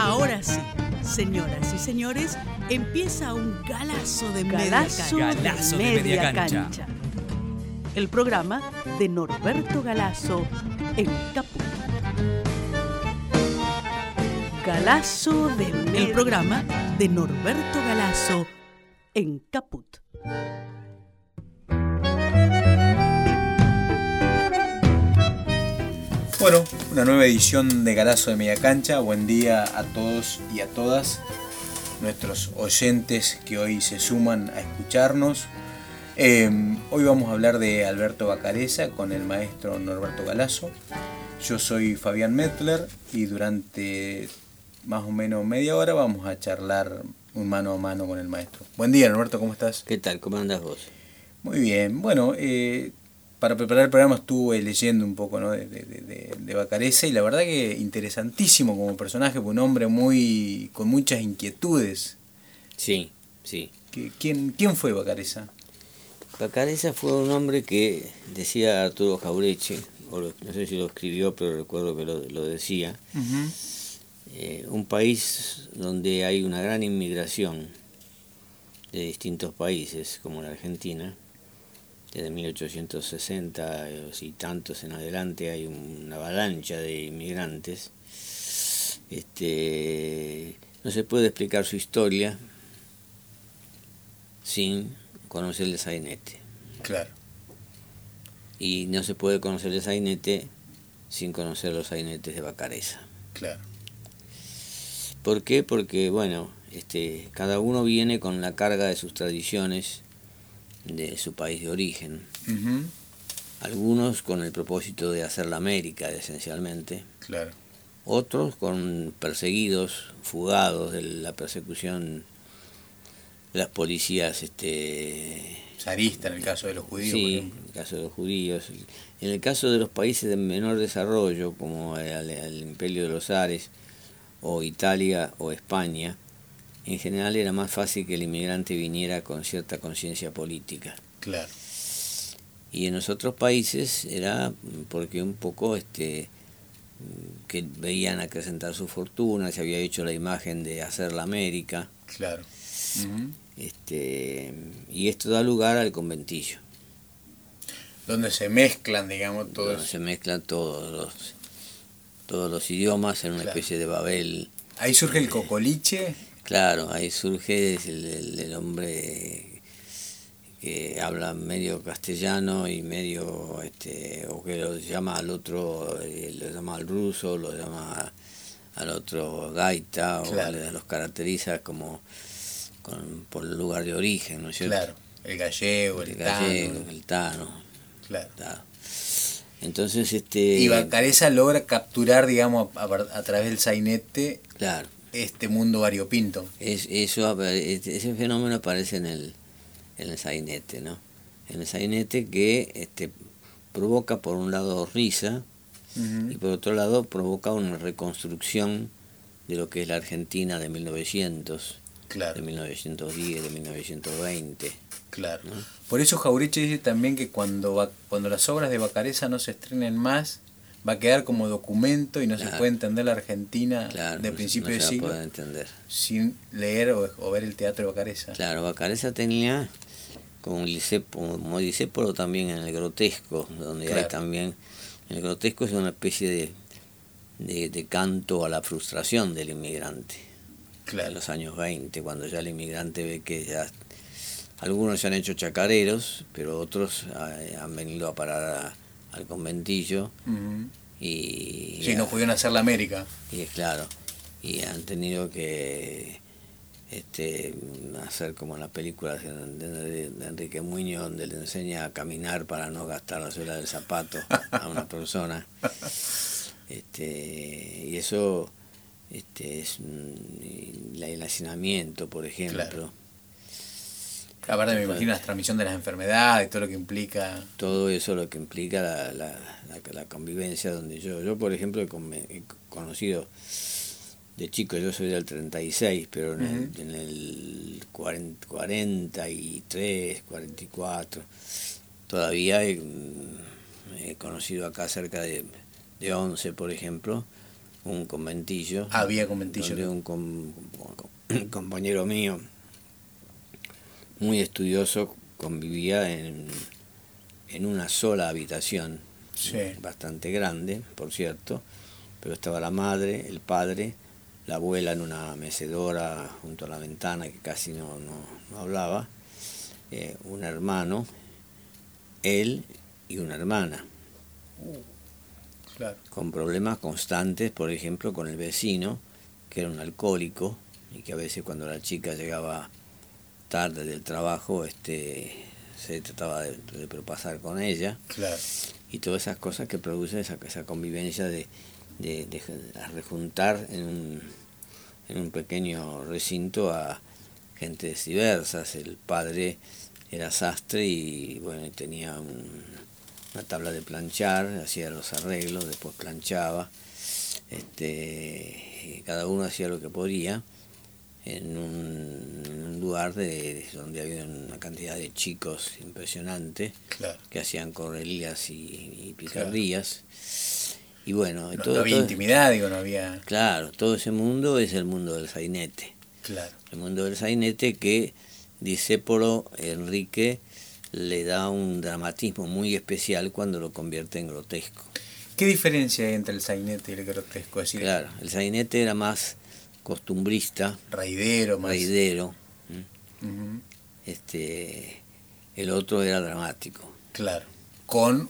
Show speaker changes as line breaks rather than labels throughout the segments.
Ahora sí, señoras y señores, empieza un galazo de
Galazo,
media cancha.
Galazo
de
de media cancha.
El programa de Norberto Galazo en Caput. Galazo de media El programa de Norberto Galazo en Caput.
Bueno, una nueva edición de Galazo de Media Cancha. Buen día a todos y a todas nuestros oyentes que hoy se suman a escucharnos. Eh, hoy vamos a hablar de Alberto Bacareza con el maestro Norberto Galazo. Yo soy Fabián Metzler y durante más o menos media hora vamos a charlar un mano a mano con el maestro. Buen día Norberto, ¿cómo estás?
¿Qué tal? ¿Cómo andas vos?
Muy bien, bueno, eh, para preparar el programa estuve leyendo un poco ¿no? de, de, de- de Bacareza y la verdad que interesantísimo como personaje, un hombre muy con muchas inquietudes.
Sí, sí.
¿Qui- ¿Quién, quién fue Bacareza?
Bacareza fue un hombre que decía Arturo Jaureche, o lo- no sé si lo escribió, pero recuerdo que lo, lo decía, eh, un país donde hay una gran inmigración de distintos países, como la Argentina, desde 1860 eh, y tantos en adelante hay un- una avalancha de inmigrantes. Este, no se puede explicar su historia sin conocer el sainete.
Claro,
Y no se puede conocer el sainete sin conocer los sainetes de Bacareza.
claro.
¿Por qué? Porque, bueno, este, cada uno viene con la carga de sus tradiciones de su país de origen.
Ujú,
Algunos con el propósito de hacer la América, esencialmente.
Claro,
Otros con perseguidos, fugados de la persecución de las policías este,
zarista en el caso de los judíos. por
Sí,
ejemplo.
en el caso de los judíos. En el caso de los países de menor desarrollo, como el, el Imperio de los Ares, o Italia o España, en general era más fácil que el inmigrante viniera con cierta conciencia política.
claro,
Y en los otros países era porque un poco este que veían acrecentar su fortuna, se había hecho la imagen de hacer la América,
claro. Ujú.
este, y esto da lugar al conventillo.
Donde se mezclan, digamos,
donde
todos.
se mezclan todos los todos los idiomas en una
Claro.
especie de Babel.
Ahí surge el cocoliche.
Claro, ahí surge el, el- el hombre que habla medio castellano y medio este o que lo llama al otro eh, lo llama al ruso, lo llama al otro gaita o
Claro.
le- los caracteriza como con- por el lugar de origen, ¿no es cierto?
Claro, el gallego, el,
El
tano,
gallego, el tano,
Claro.
claro. Entonces este
Y Bacareza logra capturar, digamos, a, a- a través del sainete
claro.
este mundo variopinto.
Es, eso, apa- es- ese fenómeno aparece en el, en el sainete, ¿no? En el sainete que este, provoca por un lado risa y por otro lado provoca una reconstrucción de lo que es la Argentina de 1900, de
Claro,
1910, de 1920.
claro. Por eso Jaureche dice también que cuando, va- cuando las obras de Bacareza no se estrenen más, va a quedar como documento y no se
Claro.
puede entender la Argentina
Claro,
de
no se-
principio
no
de
se va a
siglo
poder entender.
sin leer o, o ver el teatro de Bacareza.
Claro, Bacareza tenía como Disépolo, como Discépolo también en el grotesco, donde
Claro.
hay también... El grotesco es una especie de, de, de canto a la frustración del inmigrante. En
Claro,
los años 20, cuando ya el inmigrante ve que ya... Algunos se han hecho chacareros, pero otros eh, han venido a parar a- al conventillo
Ujú.
y...
Sí, no pudieron hacer la América.
Y es claro, y han tenido que este, hacer como en las películas de, de- de Enrique Muñoz, donde le enseña a caminar para no gastar la suela del zapato a una persona. Este, y eso este, es mm, y la- el hacinamiento, por ejemplo.
Claro. Aparte me imagino la transmisión de las enfermedades, todo lo que implica.
todo eso lo que implica la, la, la- la convivencia donde yo, yo por ejemplo he, con- he conocido de chico, yo soy del 36, pero en el, en el 40, 43, 44, todavía he, mm, he conocido acá cerca de, de 11, por ejemplo, un conventillo.
Había conventillo.
donde un com- com- compañero mío, muy estudioso, convivía en, en una sola habitación,
Sí.
bastante grande, por cierto, pero estaba la madre, el padre, la abuela en una mecedora junto a la ventana que casi no, no- no hablaba, eh, un hermano, él y una hermana
Claro.
con problemas constantes, por ejemplo, con el vecino, que era un alcohólico, y que a veces cuando la chica llegaba tarde del trabajo, este, se trataba de, de propasar con ella,
Claro.
y todas esas cosas que producen esa, esa convivencia de, de, de rejuntar en un, en un pequeño recinto a gentes diversas. El padre era sastre y bueno, y tenía un- una tabla de planchar, hacía los arreglos, después planchaba, este, y cada uno hacía lo que podía en un, en un lugar de, donde había una cantidad de chicos impresionante
Claro.
que hacían correrías y, y picardías. Y bueno, y
No,
todo,
no había
todo-
intimidad, digo, no había.
claro, todo ese mundo es el mundo del sainete.
Claro.
El mundo del sainete que Discépolo Enrique le da un dramatismo muy especial cuando lo convierte en grotesco.
¿Qué diferencia hay entre el sainete y el grotesco? Es decir,
Claro, el sainete era más costumbrista,
raidero, más.
raidero, ¿m?
Ujú,
este, el otro era dramático.
Claro. Con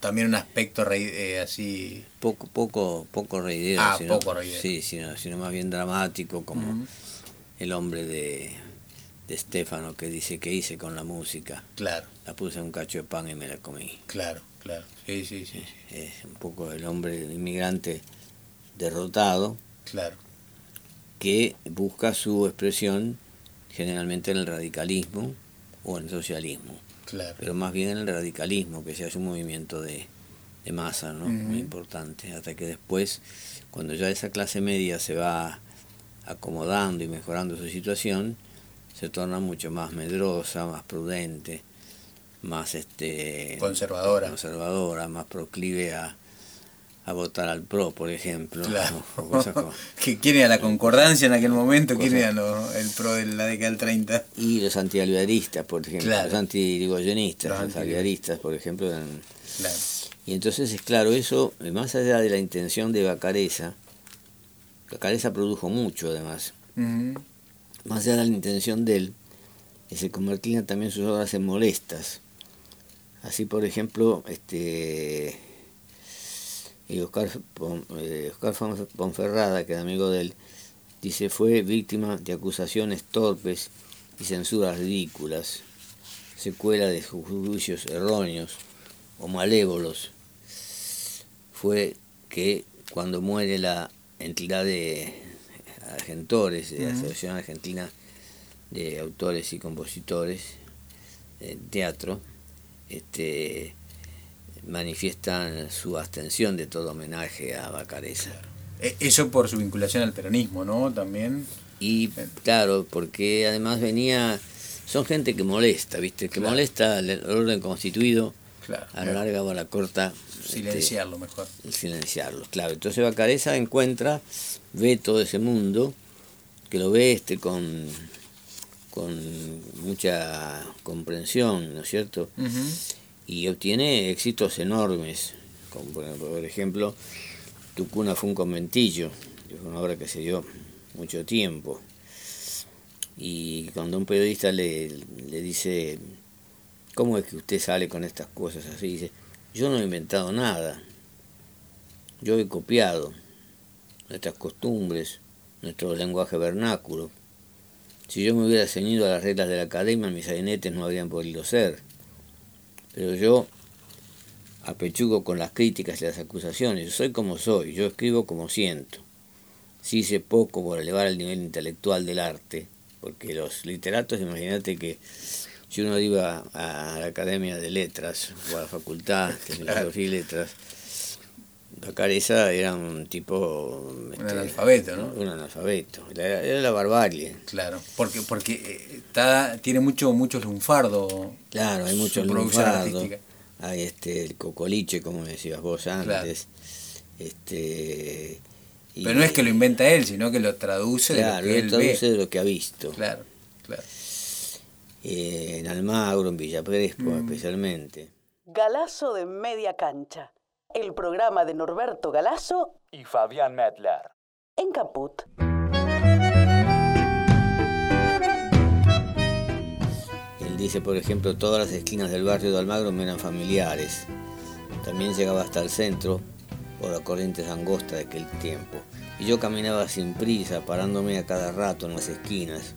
también un aspecto raid- eh, así.
poco poco poco reidero,
Ah, poco reidero.
sí sino, sino más bien dramático como
Ujú.
el hombre de de Stefano que dice que hice con la música
Claro,
la puse en un cacho de pan y me la comí
claro, claro. Sí, sí, sí, sí,
es un poco el hombre el inmigrante derrotado
Claro,
que busca su expresión generalmente en el radicalismo o en el socialismo
claro.
pero más bien en el radicalismo, que se hace un movimiento de, de masa, ¿no? Muy
Ujú.
importante, hasta que después, cuando ya esa clase media se va acomodando y mejorando su situación, se torna mucho más medrosa, más prudente, más este
Conservadora.
conservadora, más proclive a, a votar al PRO, por ejemplo,
Claro.
o cosas como-
que quién era la concordancia en aquel momento, quién
Cosa-
era lo- el pro de la década del 30.
y los antialvearistas, por ejemplo,
Claro.
los antirigoyenistas,
Los
los,
anti-
alvearistas, por ejemplo, eran
Claro,
Y entonces, es claro, eso, eh, más allá de la intención de Bacareza, Bacareza produjo mucho además,
Ujú,
más allá de la intención de él, eh, se convertían también sus obras en molestas. Así, por ejemplo, este y Oscar, Pon- eh, Oscar Fon- Ponferrada, que era amigo de él, dice, fue víctima de acusaciones torpes y censuras ridículas, secuela de ju- juicios erróneos o malévolos. Fue que cuando muere la entidad de Argentores, de la
Ujú.
Asociación Argentina de Autores y Compositores, de teatro, este, manifiestan su abstención de todo homenaje a Bacareza.
claro. E- Eso por su vinculación al peronismo, ¿no? También.
Y claro, porque además venía, son gente que molesta, ¿viste? Que
Claro.
molesta al al orden constituido,
Claro.
a la larga o a la corta. este,
Silenciarlo mejor.
silenciarlos, claro. Entonces Bacareza encuentra, ve todo ese mundo, que lo ve este con, con mucha comprensión, ¿no es cierto?
Ujú,
y obtiene éxitos enormes. Como por ejemplo- por ejemplo, Tu cuna fue un conventillo, que fue una obra que se dio mucho tiempo. Y cuando un periodista le, le dice, ¿cómo es que usted sale con estas cosas así? Dice, yo no he inventado nada, yo he copiado nuestras costumbres, nuestro lenguaje vernáculo. Si yo me hubiera ceñido a las reglas de la academia, mis sainetes no habrían podido ser. Pero yo apechugo con las críticas y las acusaciones. Yo soy como soy, yo escribo como siento. Si hice poco por elevar el nivel intelectual del arte, porque los literatos, imagínate que si uno iba a la Academia de Letras o a la Facultad de Filosofía y Letras, Bacareza era un tipo... este,
analfabeto, ¿no?
Un analfabeto. Era, era la barbarie.
Claro. Porque, porque eh, está, tiene mucho, mucho lunfardo.
Claro, hay
su
mucho
producción
lunfardo,
artística.
hay este el cocoliche, como decías vos antes, este Y-
Pero no es que lo inventa él, sino que lo traduce
Claro,
de
él
lo que él
traduce
ve.
de lo que ha visto.
Claro, claro.
Eh, en Almagro, en Villapresco
Mm.
especialmente.
Galazo de Media Cancha, el programa de Norberto Galazo
y Fabián Medler.
en Caput.
Él dice, por ejemplo, todas las esquinas del barrio de Almagro me eran familiares. También llegaba hasta el centro por la corriente angosta de aquel tiempo. Y yo caminaba sin prisa, parándome a cada rato en las esquinas.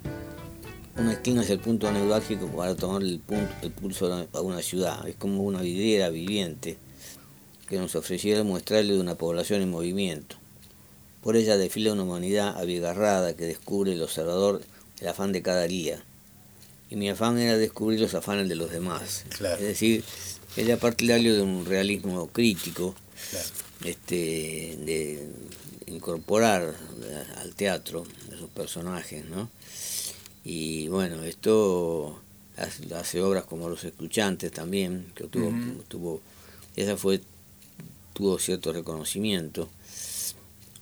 Una esquina es el punto neurálgico para tomar el, pun- el pulso a una- a una ciudad. Es como una vidriera viviente que nos ofreciera mostrarle de una población en movimiento. Por ella desfila una humanidad abigarrada que descubre el observador el afán de cada día y mi afán era descubrir los afanes de los demás.
Claro.
Es decir, era partidario de un realismo crítico,
Claro.
este, de incorporar a- al teatro a sus personajes, ¿no? Y bueno, esto hace, hace obras como Los Escuchantes también, que tuvo, tuvo esa fue tuvo cierto reconocimiento.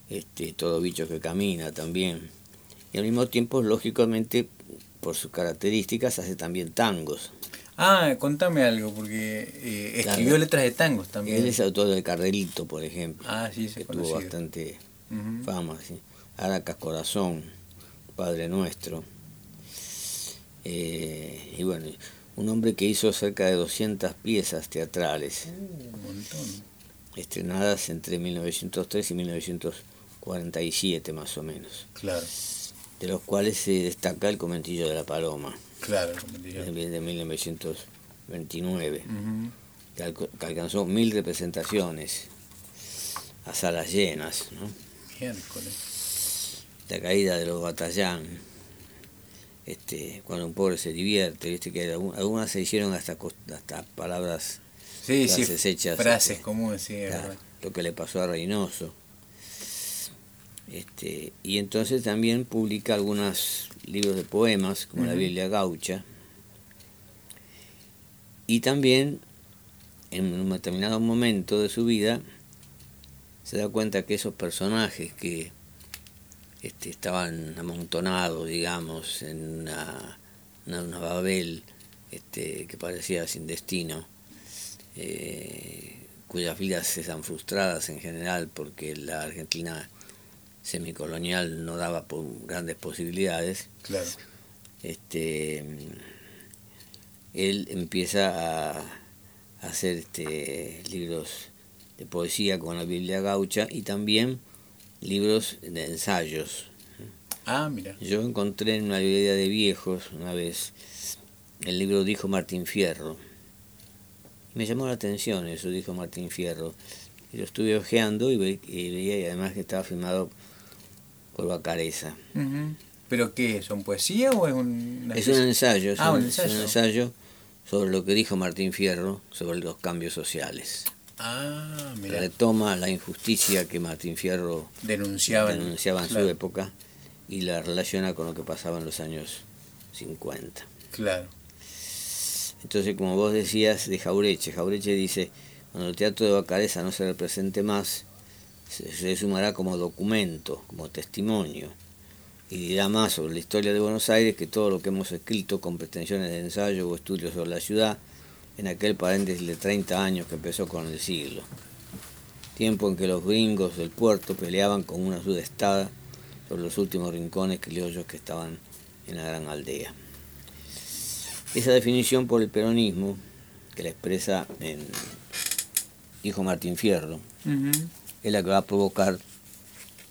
Este, todo bicho que camina también. Y al mismo tiempo, lógicamente, por sus características, hace también tangos.
Ah, contame algo, porque eh,
Claro.
escribió letras de tangos también.
Él es autor del Carrerito, por ejemplo,
Ah, sí,
que
se
tuvo
conocido.
bastante
Ujú.
fama. ¿sí? Aracas Corazón, Padre Nuestro. Eh, y bueno, un hombre que hizo cerca de 200 piezas teatrales.
Un montón.
estrenadas entre 1903 y 1947 más o menos,
Claro,
de los cuales se destaca el Comentillo de la Paloma,
claro. como diría.
de de 1929,
Ujú.
que alco- que alcanzó mil representaciones a salas llenas, ¿no?
Miércoles.
la caída de los batallán, este, cuando un pobre se divierte, viste que algu- algunas se hicieron hasta, cos- hasta palabras,
Sí,
Frases
sí,
hechas,
frases
este,
comunes, sí, es
claro,
verdad.
lo que le pasó a Reynoso. Este, y entonces también publica algunos libros de poemas, como la Biblia Gaucha. Y también, en un determinado momento de su vida, se da cuenta que esos personajes que este, estaban amontonados, digamos, en una, una, una Babel este, que parecía sin destino, eh, cuyas vidas están frustradas en general porque la Argentina semicolonial no daba po- grandes posibilidades,
Claro.
este, él empieza a hacer este, libros de poesía con la Biblia gaucha y también libros de ensayos.
Ah, mira.
Yo encontré en una librería de viejos una vez el libro Dijo Martín Fierro. Me llamó la atención eso, dijo Martín Fierro. Y lo estuve ojeando y, ve- y veía y además que estaba firmado por Bacareza.
Ujú. ¿Pero qué? ¿Son poesía o es un, una
Es un
especie-
ensayo, es
Ah,
un,
un
es un
ensayo.
ensayo sobre lo que dijo Martín Fierro sobre los cambios sociales.
Ah, mira.
Retoma la injusticia que Martín Fierro
Denunciaban.
denunciaba en
Claro,
su época y la relaciona con lo que pasaba en los años 50.
Claro.
Entonces, como vos decías, de Jaureche, Jaureche dice, cuando el teatro de Bacareza no se represente más, se, se sumará como documento, como testimonio, y dirá más sobre la historia de Buenos Aires que todo lo que hemos escrito con pretensiones de ensayo o estudios sobre la ciudad en aquel paréntesis de 30 años que empezó con el siglo. Tiempo en que los gringos del puerto peleaban con una sudestada por los últimos rincones criollos que estaban en la gran aldea. Esa definición por el peronismo, que la expresa en Hijo Martín Fierro,
Ujú.
es la que va a provocar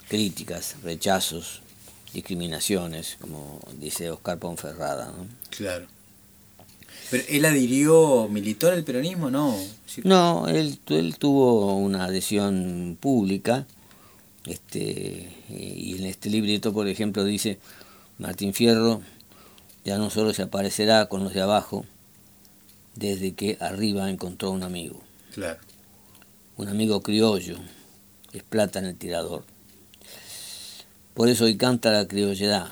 críticas, rechazos, discriminaciones, como dice Oscar Ponferrada. ¿no?
Claro. Pero él adhirió, militó en el peronismo, ¿no? Sí.
No, él, tu- él tuvo una adhesión pública. Este, y en este librito, por ejemplo, dice Martín Fierro, ya no solo se aparecerá con los de abajo, desde que arriba encontró un amigo.
Claro.
un amigo criollo, es plata en el tirador. Por eso hoy canta la criolledad,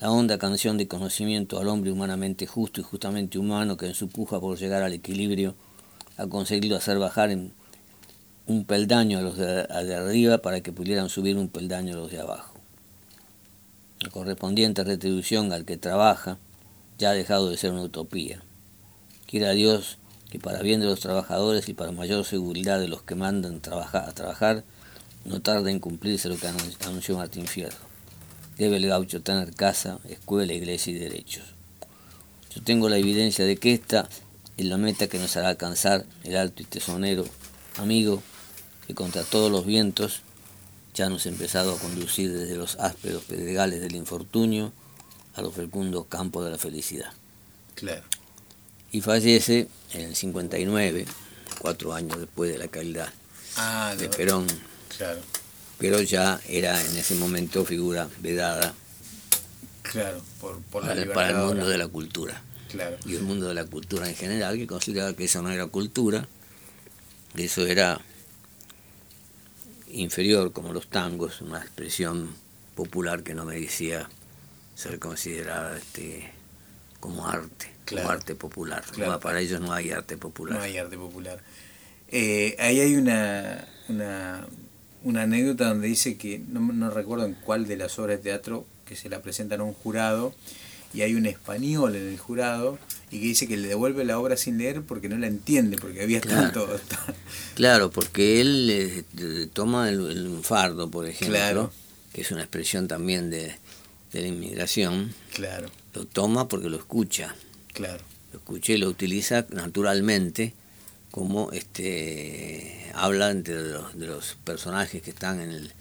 la honda canción de conocimiento al hombre humanamente justo y justamente humano que en su puja por llegar al equilibrio ha conseguido hacer bajar en, un peldaño a los de, a de arriba para que pudieran subir un peldaño a los de abajo. La correspondiente retribución al que trabaja ya ha dejado de ser una utopía. Quiera Dios que para bien de los trabajadores y para mayor seguridad de los que mandan trabajar, a trabajar, no tarda en cumplirse lo que anunció Martín Fierro. Debe el gaucho tener casa, escuela, iglesia y derechos. Yo tengo la evidencia de que esta es la meta que nos hará alcanzar el alto y tesonero amigo que contra todos los vientos ya nos ha empezado a conducir desde los ásperos pedregales del infortunio a los fecundos campos de la felicidad.
Claro.
Y fallece en el 59, cuatro años después de la caída
Ah,
de Perón,
Claro,
pero ya era en ese momento figura vedada
claro, por, por la
para,
libertad.
para el
ahora.
mundo de la cultura.
Claro,
y el mundo de la cultura en general, que consideraba que eso no era cultura, que eso era inferior, como los tangos, una expresión popular que no merecía ser considerada este, como arte,
Claro.
como arte popular.
Claro.
No, para ellos no hay arte popular.
no hay arte popular. Eh, ahí hay una, una, una anécdota donde dice que, no, no recuerdo en cuál de las obras de teatro, que se la presentan a un jurado y hay un español en el jurado y que dice que le devuelve la obra sin leer porque no la entiende, porque había
Claro.
tanto...
Claro, porque él eh, eh, toma el, el fardo, por ejemplo,
Claro.
que es una expresión también de, de la inmigración,
claro,
lo toma porque lo escucha.
claro,
lo escuché y lo utiliza naturalmente como este habla entre los, de los personajes que están en el,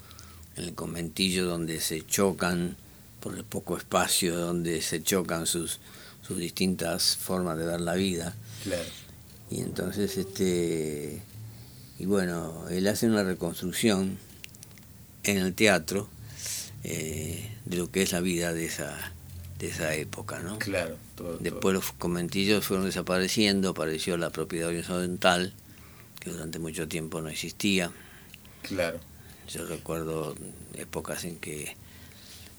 en el conventillo donde se chocan por el poco espacio donde se chocan sus sus distintas formas de ver la vida
claro,
y entonces este y bueno él hace una reconstrucción en el teatro eh, de lo que es la vida de esa de esa época no
claro. todo- todo.
Después los conventillos fueron desapareciendo, apareció la propiedad horizontal, que durante mucho tiempo no existía.
Claro,
Yo recuerdo épocas en que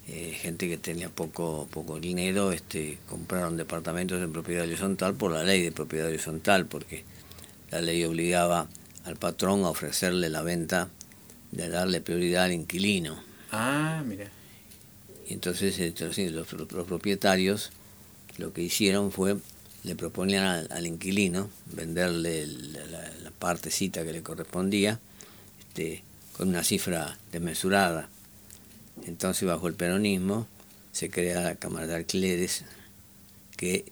eh, gente que tenía poco, poco dinero este, compraron departamentos en propiedad horizontal por la ley de propiedad horizontal, porque la ley obligaba al patrón a ofrecerle la venta, de darle prioridad al inquilino.
ah, mira,
Y entonces, entonces los, los- los propietarios lo que hicieron fue, le proponían al, al inquilino venderle el- la, la partecita que le correspondía este, con una cifra desmesurada. Entonces, bajo el peronismo, se crea la Cámara de Alquileres que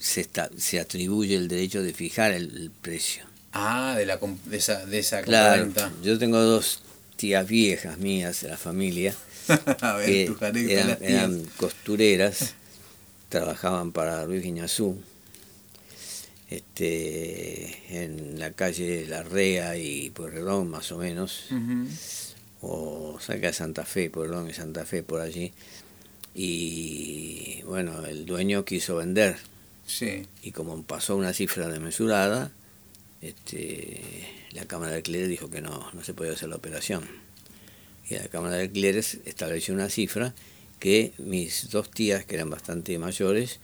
se, esta- se atribuye el derecho de fijar el- el precio.
ah, de, la, comp- de esa, de esa
Claro,
compraventa.
yo tengo dos tías viejas mías de la familia
A ver,
que
tus anécdotas,
eran,
las tías.
eran costureras, trabajaban para Luis Guiñazú, este, en la calle Larrea y Pueyrredón más o menos,
Ujú.
o cerca de Santa Fe, Pueyrredón y Santa Fe por allí, y bueno, el dueño quiso vender,
Sí,
y como pasó una cifra desmesurada, este, la Cámara de Alquileres dijo que no, no se podía hacer la operación. Y la Cámara de Alquileres estableció una cifra que mis dos tías, que eran bastante mayores,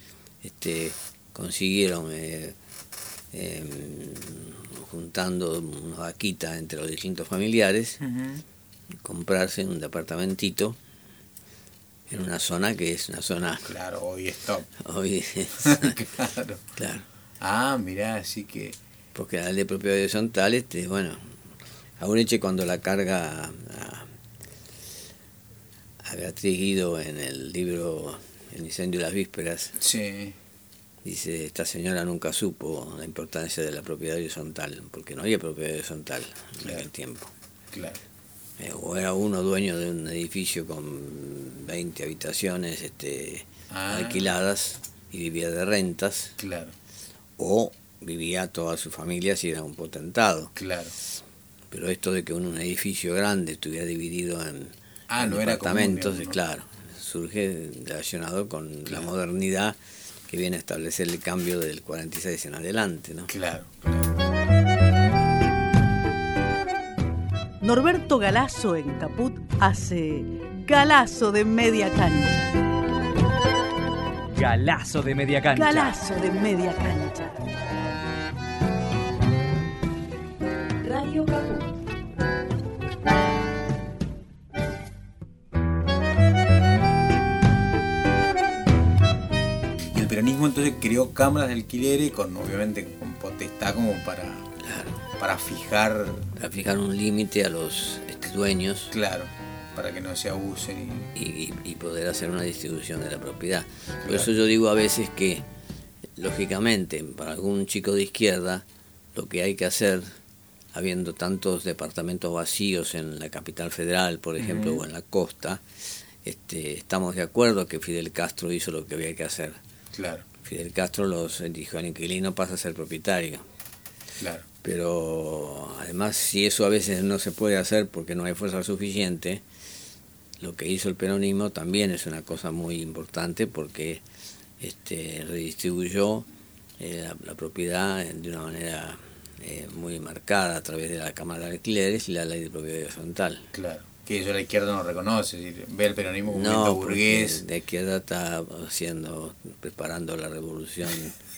este, consiguieron, eh, em, juntando una vaquita entre los distintos familiares,
Ujú.
comprarse un departamentito en una zona que es una zona
claro, hoy stop.
hoy es-
claro.
claro
Ah, mirá, así que.
Porque la ley de propiedad horizontal, este, bueno, aún eche cuando la carga ah, a, a Beatriz Guido en el libro El incendio de las vísperas,
Sí,
dice, esta señora nunca supo la importancia de la propiedad horizontal, porque no había propiedad horizontal en
Claro.
aquel tiempo.
claro,
Eh, O era uno dueño de un edificio con 20 habitaciones este,
Ah.
alquiladas y vivía de rentas,
claro,
o vivía toda su familia si era un potentado.
claro.
Pero esto de que un, un edificio grande estuviera dividido en,
Ah,
en
no era común,
departamentos,
digamos, ¿no?
claro, surge relacionado con la modernidad que viene a establecer el cambio del 46 en adelante, ¿no?
Claro, claro.
Norberto Galazo en Caput hace Galazo de media cancha.
Galazo de media cancha.
Galazo de media cancha.
Radio Caput.
peronismo entonces creó cámaras de alquileres con obviamente con potestad como para,
Claro.
para fijar,
Para fijar un límite a los este, dueños
claro, para que no se abusen. y-
y, y- y poder hacer una distribución de la propiedad. Por eso yo digo a veces que, lógicamente, para algún chico de izquierda, lo que hay que hacer, habiendo tantos departamentos vacíos en la capital federal, por ejemplo, o en la costa, este, estamos de acuerdo que Fidel Castro hizo lo que había que hacer.
Claro,
Fidel Castro los dijo al inquilino pasa a ser propietario.
claro,
Pero además, si eso a veces no se puede hacer porque no hay fuerza suficiente, lo que hizo el peronismo también es una cosa muy importante porque este, redistribuyó eh, la, la propiedad de una manera eh, muy marcada a través de la Cámara de Alquileres y la Ley de Propiedad Horizontal.
claro. Que eso la izquierda no reconoce, es decir, ve al peronismo como un
No,
movimiento
porque
burgués.
la izquierda está haciendo, preparando la revolución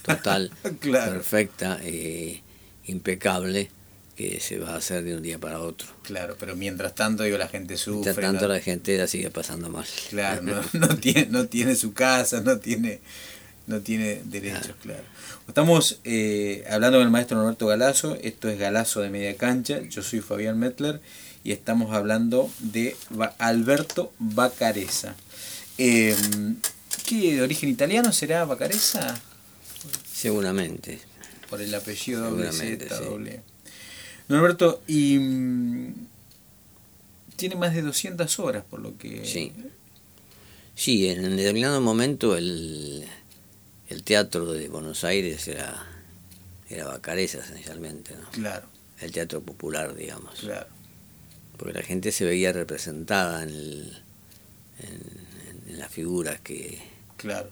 total,
Claro.
perfecta, eh, impecable, que se va a hacer de un día para otro.
Claro, pero mientras tanto digo la gente sufre.
Mientras tanto
¿no?
la gente la sigue pasando mal.
Claro, no, no tiene, no tiene su casa, no tiene, no tiene derechos, claro. Estamos eh, hablando con el maestro Norberto Galazo, esto es Galazo de Media Cancha, yo soy Fabián Mettler y estamos hablando de Ba- Alberto Bacareza. Eh, ¿Qué de origen italiano será Bacareza?
Seguramente.
Por el apellido doble
Seguramente,
Z,
sí.
doble. Norberto, y mm, tiene más de 200 obras, por lo que...
Sí. Sí, en determinado momento el, el teatro de Buenos Aires era, era Bacareza esencialmente, ¿no?
Claro,
el teatro popular, digamos.
claro.
porque la gente se veía representada en, el- en- en- en las figuras que
Claro,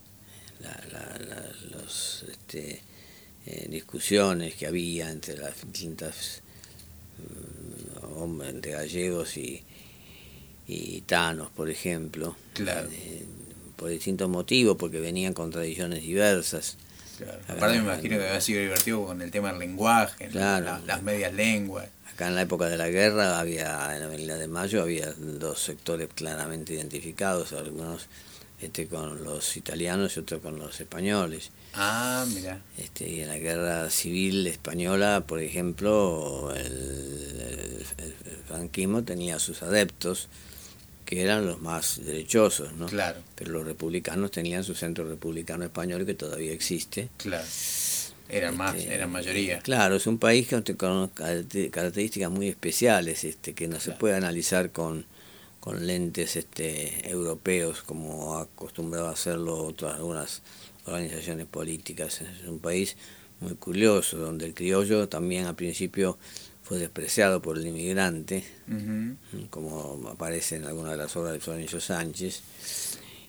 la- la- la- los este, eh, discusiones que había entre las distintas mm, hombres entre gallegos y, y tanos por ejemplo
Claro.
eh, por distintos motivos porque venían con tradiciones diversas
claro.
Acá
Aparte me
no-
imagino que había sido divertido con el tema del lenguaje, ¿no?
Claro.
La- las medias lenguas.
Acá en la época de la guerra había, en la Avenida de Mayo, había dos sectores claramente identificados, algunos este, con los italianos y otros con los españoles.
Ah, mira,
Este, y en la guerra civil española, por ejemplo, el, el- el franquismo tenía sus adeptos, que eran los más derechosos, ¿no?
claro,
Pero los republicanos tenían su centro republicano español que todavía existe.
claro. Eran más,
Este,
eran mayoría.
Claro, es un país que- con caracte- características muy especiales, este, que no se
Claro.
puede analizar con, con lentes este, europeos como ha acostumbrado a hacerlo otras algunas organizaciones políticas. Es un país muy curioso, donde el criollo también al principio fue despreciado por el inmigrante,
Ujú,
como aparece en alguna de las obras de Florencio Sánchez,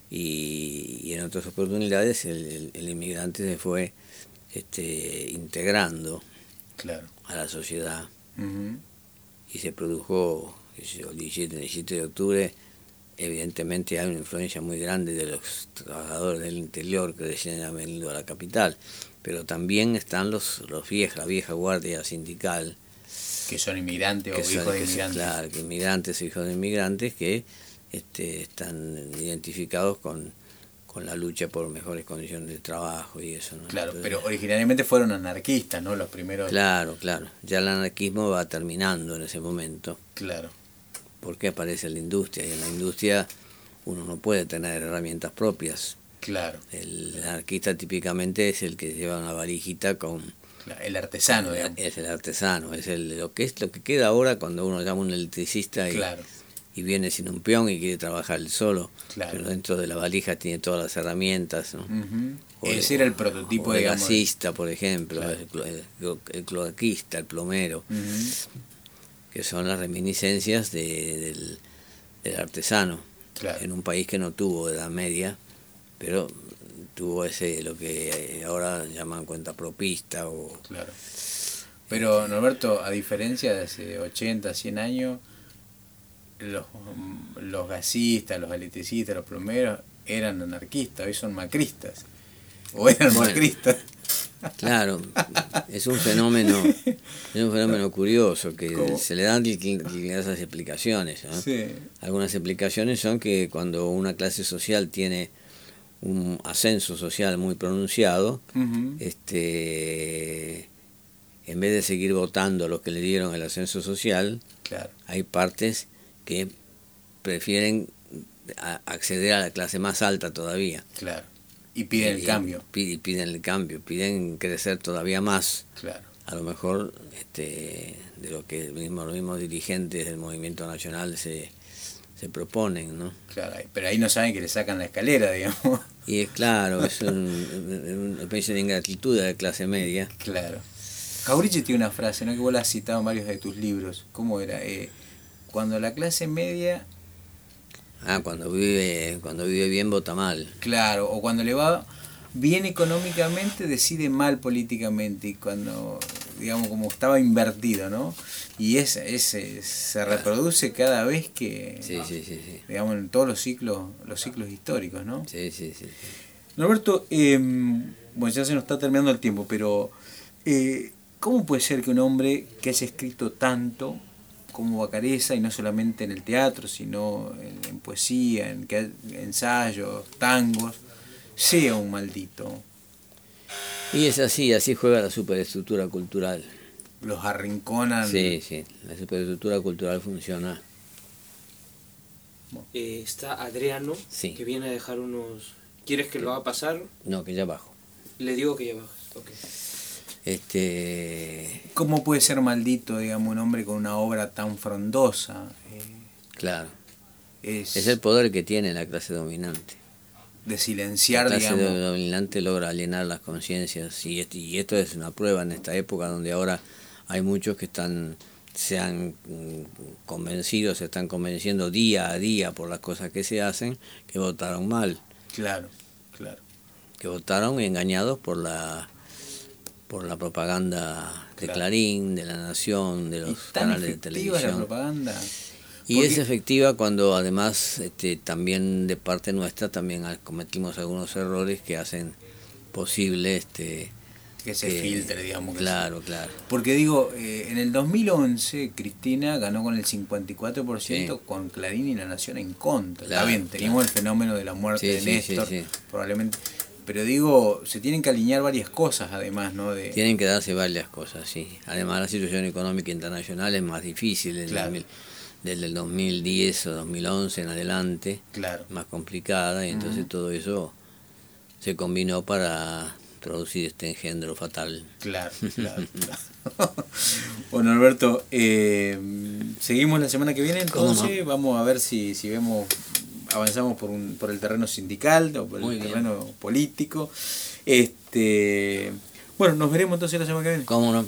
y, y en otras oportunidades el, el- el inmigrante se fue este, integrando
Claro.
a la sociedad
ujú,
y se produjo qué sé yo, el 17, el 17 de octubre, evidentemente hay una influencia muy grande de los trabajadores del interior que recién han venido a la capital, pero también están los, los viejos, la vieja guardia sindical,
Que son inmigrantes o
que
hijos
son-
de
que son,
inmigrantes.
claro, que inmigrantes, hijos de inmigrantes que este, están identificados con, con la lucha por mejores condiciones de trabajo y eso. ¿no?
Claro,
Entonces,
pero originalmente fueron anarquistas, ¿no? Los primeros.
Claro, claro. Ya el anarquismo va terminando en ese momento
claro,
porque aparece la industria y en la industria uno no puede tener herramientas propias.
claro.
El anarquista típicamente es el que lleva una varijita con
cla- El artesano, digamos.
es el artesano, es el lo que es lo que queda ahora cuando uno llama a un electricista y,
Claro,
y viene sin un peón y quiere trabajar él solo,
Claro.
pero dentro de la valija tiene todas las herramientas, ¿no?
ujú.
O
Ese
el-
era el prototipo,
o el
digamos. de-
gasista, por ejemplo, el, clo- el clo- el cloaquista, el plomero,
Ujú,
que son las reminiscencias de- del, del artesano
Claro.
en un país que no tuvo edad media, pero tuvo ese lo que eh, ahora llaman cuenta propista o
Claro. Pero, Norberto, a diferencia de hace 80, 100 años, los, mm, los gasistas, los electricistas, los plomeros eran anarquistas, hoy son macristas. O eran
Bueno.
macristas.
Claro, es un fenómeno, es un fenómeno curioso que
¿Cómo?
se le dan di- di- diversas explicaciones. ¿no?
Sí,
Algunas explicaciones son que cuando una clase social tiene un ascenso social muy pronunciado,
Ujú.
Eh. este, en vez de seguir votando a los que le dieron el ascenso social,
Claro.
hay partes que prefieren a- acceder a la clase más alta todavía.
Claro. Y piden
Y-
el cambio.
pi- Y piden el cambio, piden crecer todavía más.
Claro.
A lo mejor este, de lo que mismo, los mismos dirigentes del movimiento nacional se, se proponen, ¿no?
Claro. ahí- Pero ahí no saben que le sacan la escalera, digamos.
Y es claro, es un- un- una especie de ingratitud de la clase media.
Claro. Jaureche tiene una frase, ¿no? Que vos la has citado en varios de tus libros. ¿Cómo era? Eh, cuando la clase media,
Ah, cuando vive, cuando vive bien vota mal.
claro, o cuando le va bien económicamente, decide mal políticamente. Y cuando, digamos, como estaba invertido, ¿no? Y es, es, eh, se reproduce cada vez que,
Sí, sí, sí, sí.
digamos, en todos los ciclos, los ciclos históricos, ¿no?
Sí, sí, sí.
Norberto, eh, bueno, ya se nos está terminando el tiempo, pero eh, ¿cómo puede ser que un hombre que haya escrito tanto como Bacareza, y no solamente en el teatro, sino en, en poesía, en que- ensayos, tangos, sea un maldito?
Y es así, así juega la superestructura cultural.
Los arrinconan.
Sí, sí, la superestructura cultural funciona.
Eh, está Adriano,
Sí.
que viene a dejar unos... ¿Quieres que lo haga pasar?
No, que ya bajo.
Le digo que ya bajas. Ok.
Este,
¿Cómo puede ser maldito, digamos, un hombre con una obra tan frondosa? Eh,
claro,
es,
es el poder que tiene la clase dominante.
de
La
silenciar,
clase
digamos.
dominante logra alienar las conciencias y, est- y esto es una prueba en esta época donde ahora hay muchos que están se han mm, convencido, se están convenciendo día a día por las cosas que se hacen, que votaron mal,
Claro, claro.
que votaron engañados por la por la propaganda de
Claro.
Clarín, de la Nación, de
Y
los
tan
canales de
efectiva es la
televisión.
propaganda.
Y
Porque-
es efectiva cuando además este, también de parte nuestra también al- cometimos algunos errores que hacen posible este
que se
que-
filtre, digamos. que
Claro, claro.
se- Porque digo, eh, en el 2011 Cristina ganó con el 54%
Sí.
con Clarín y La Nación en contra. Está
Claro,
bien, teníamos el fenómeno de la muerte
Sí,
de
sí, sí,
Néstor,
sí.
probablemente. Pero digo, se tienen que alinear varias cosas además, ¿no? De,
Tienen que darse varias cosas, sí. Además la situación económica internacional es más difícil desde,
Claro.
el, 2000 desde el 2010 o 2011 en adelante,
Claro,
más complicada, y entonces todo eso se combinó para producir este engendro fatal.
claro, claro. claro. bueno, Alberto, eh, seguimos la semana que viene
¿Cómo no?
entonces. Vamos a ver si, si vemos avanzamos por, un, por el terreno sindical o por
Muy
el
bien.
terreno político. Este, bueno, nos veremos entonces la semana que viene.
¿Cómo no?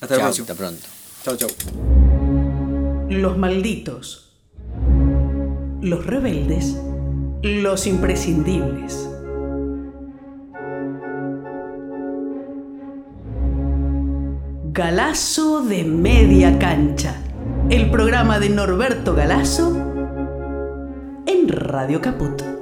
Hasta el
Chao,
próximo.
Hasta pronto.
Chau, chau.
Los malditos. Los rebeldes. Los imprescindibles. Galazo de media cancha. El programa de Norberto Galazo en Radio Caput.